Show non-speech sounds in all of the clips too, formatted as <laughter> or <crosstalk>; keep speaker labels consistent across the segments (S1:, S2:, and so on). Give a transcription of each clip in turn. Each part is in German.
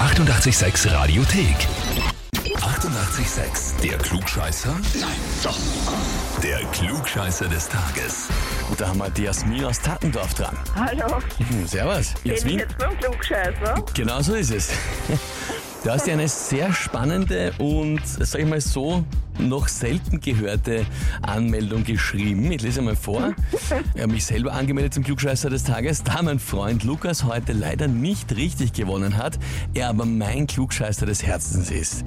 S1: 886 Radiothek. 88,6. Der Klugscheißer? Nein, doch. Der Klugscheißer des Tages.
S2: Und da haben wir die Jasmin aus Tattendorf dran.
S3: Hallo,
S2: Hm, servus.
S3: bin ich
S2: Jasmin,
S3: jetzt beim Klugscheißer?
S2: genau so ist es. Du hast ja eine sehr spannende und, sag ich mal so, noch selten gehörte Anmeldung geschrieben. Ich lese mal vor. Ich habe mich selber angemeldet zum Klugscheißer des Tages, da mein Freund Lukas heute leider nicht richtig gewonnen hat, er aber mein Klugscheißer des Herzens ist.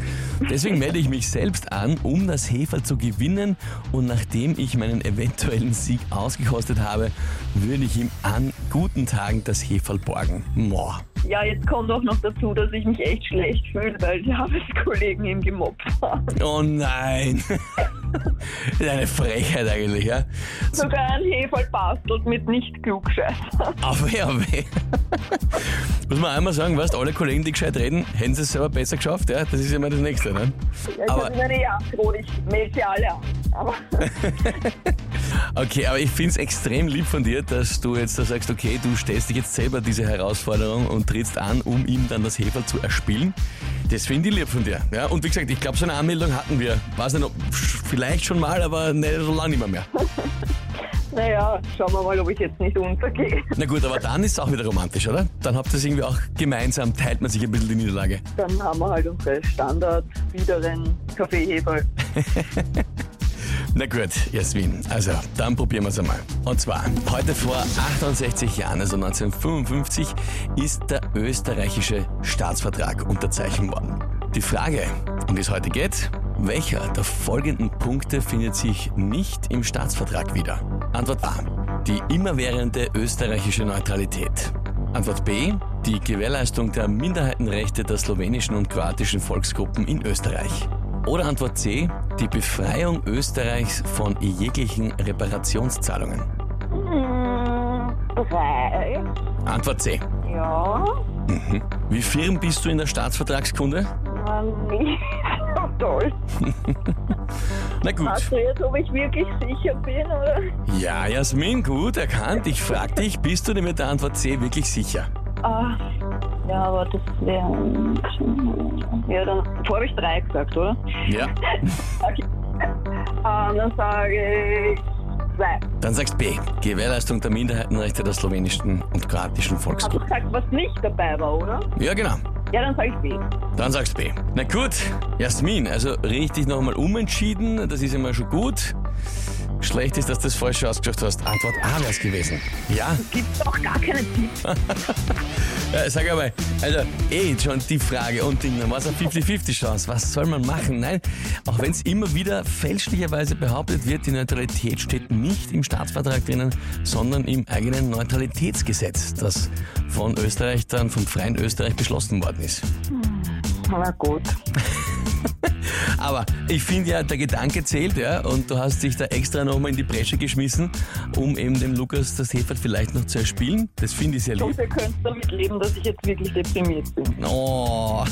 S2: Deswegen melde ich mich selbst an, um das Hefer zu gewinnen und nachdem ich meinen eventuellen Sieg ausgekostet habe, würde ich ihm an guten Tagen das Heferl borgen. Moah.
S3: Ja, jetzt kommt auch noch dazu, dass ich mich echt schlecht fühle, weil die <laughs> Arbeitskollegen ihm gemobbt haben.
S2: Oh nein. <laughs> Das ist eine Frechheit eigentlich, ja?
S3: Sogar ein Heferl bastelt mit nicht Klugscheißer.
S2: Aber ja, weh. Muss man einmal sagen, weißt, alle Kollegen, die gescheit reden, hätten sie es selber besser geschafft, ja? Das ist immer das Nächste, ne?
S3: Ja, ich
S2: Aber-
S3: habe meine Jagdrot, ich melde sie alle an. Aber <laughs>
S2: Okay, aber ich finde es extrem lieb von dir, dass du jetzt da sagst, okay, du stellst dich jetzt selber diese Herausforderung und trittst an, um ihm dann das Heferl zu erspielen. Das finde ich lieb von dir. Ja? Und wie gesagt, ich glaube, so eine Anmeldung hatten wir. Weiß nicht, ob, vielleicht schon mal, aber nicht so lange nicht mehr. mehr.
S3: naja, schauen wir mal, ob ich jetzt nicht untergehe.
S2: Na gut, aber dann ist es auch wieder romantisch, oder? Dann habt ihr es irgendwie auch gemeinsam, teilt man sich ein bisschen die Niederlage.
S3: Dann haben wir halt unsere Standard-Biederen Kaffeeheferl.
S2: Na gut, Jasmin, also dann probieren wir es einmal. Und zwar, heute vor 68 Jahren, also 1955, ist der österreichische Staatsvertrag unterzeichnet worden. Die Frage, um die es heute geht, welcher der folgenden Punkte findet sich nicht im Staatsvertrag wieder? Antwort A. Die immerwährende österreichische Neutralität. Antwort B. Die Gewährleistung der Minderheitenrechte der slowenischen und kroatischen Volksgruppen in Österreich. Oder Antwort C. Die Befreiung Österreichs von jeglichen Reparationszahlungen.
S3: Hm, drei.
S2: Antwort C.
S3: Ja,
S2: Wie firm bist du in der Staatsvertragskunde?
S3: na, nicht so toll.
S2: Na gut.
S3: Hast du jetzt, ob ich wirklich sicher bin, oder?
S2: Ja, Jasmin, gut erkannt. Ich frag dich, bist du dir mit der Antwort C wirklich sicher?
S3: Ah, ja, aber das wäre. Ja, dann vorher habe ich drei gesagt, oder?
S2: Ja.
S3: Ah, dann sage ich zwei.
S2: Dann sagst B. Gewährleistung der Minderheitenrechte der slowenischen und kroatischen
S3: Hast du
S2: Volksgruppe.
S3: gesagt, was nicht dabei war, oder?
S2: Ja, genau.
S3: Ja, dann sage ich B.
S2: Dann sagst B. Na gut, Jasmin, also richtig nochmal umentschieden, das ist immer schon gut. Schlecht ist, dass du das falsch ausgesucht hast. Antwort A wäre es gewesen. Ja,
S3: Gibt's doch gar keine Tipps.
S2: ja, sag einmal, also eh schon die Frage und Ding, dann war es eine 50-50-Chance. Was soll man machen? Nein, auch wenn es immer wieder fälschlicherweise behauptet wird, die Neutralität steht nicht im Staatsvertrag drinnen, sondern im eigenen Neutralitätsgesetz, das von Österreich dann, vom Freien Österreich beschlossen worden ist.
S3: Na gut.
S2: Aber ich finde ja, der Gedanke zählt, ja, und du hast dich da extra nochmal in die Bresche geschmissen, um eben dem Lukas das Hefert vielleicht noch zu erspielen. Das finde ich sehr lieb.
S3: Und ihr könnt damit leben, dass ich jetzt wirklich deprimiert bin.
S2: Oh.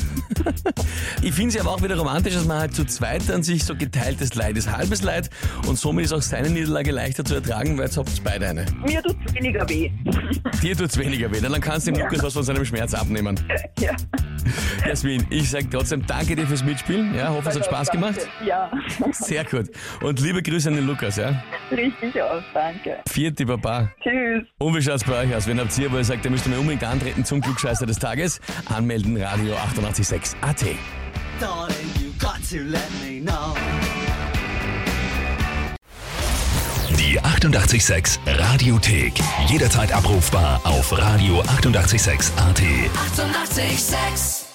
S2: <laughs> ich finde es ja aber auch wieder romantisch, dass man halt zu zweit dann sich so geteiltes Leid ist halbes Leid und somit ist auch seine Niederlage leichter zu ertragen, weil jetzt habt ihr beide eine.
S3: Mir tut's weniger weh.
S2: Dir tut's weniger weh, dann kannst du dem Lukas was von seinem Schmerz abnehmen.
S3: <laughs> ja.
S2: Jasmin, ich sag trotzdem danke dir fürs Mitspielen. Ja, hoffe, es hat Spaß gemacht.
S3: Ja, <laughs>
S2: Sehr gut. Und liebe Grüße an den Lukas, ja.
S3: richtig aus, danke.
S2: Vierte Baba.
S3: Tschüss.
S2: Und wie schaut's bei euch aus? Wenn habt ihr, wo ihr sagt, ihr müsst mir unbedingt antreten zum Glückscheißer des Tages, anmelden Radio 886 AT.
S4: darling, you got to let me know.
S1: Die 88,6 Radiothek. Jederzeit abrufbar auf radio886.at. 88,6.
S5: Eighty-eight, sex.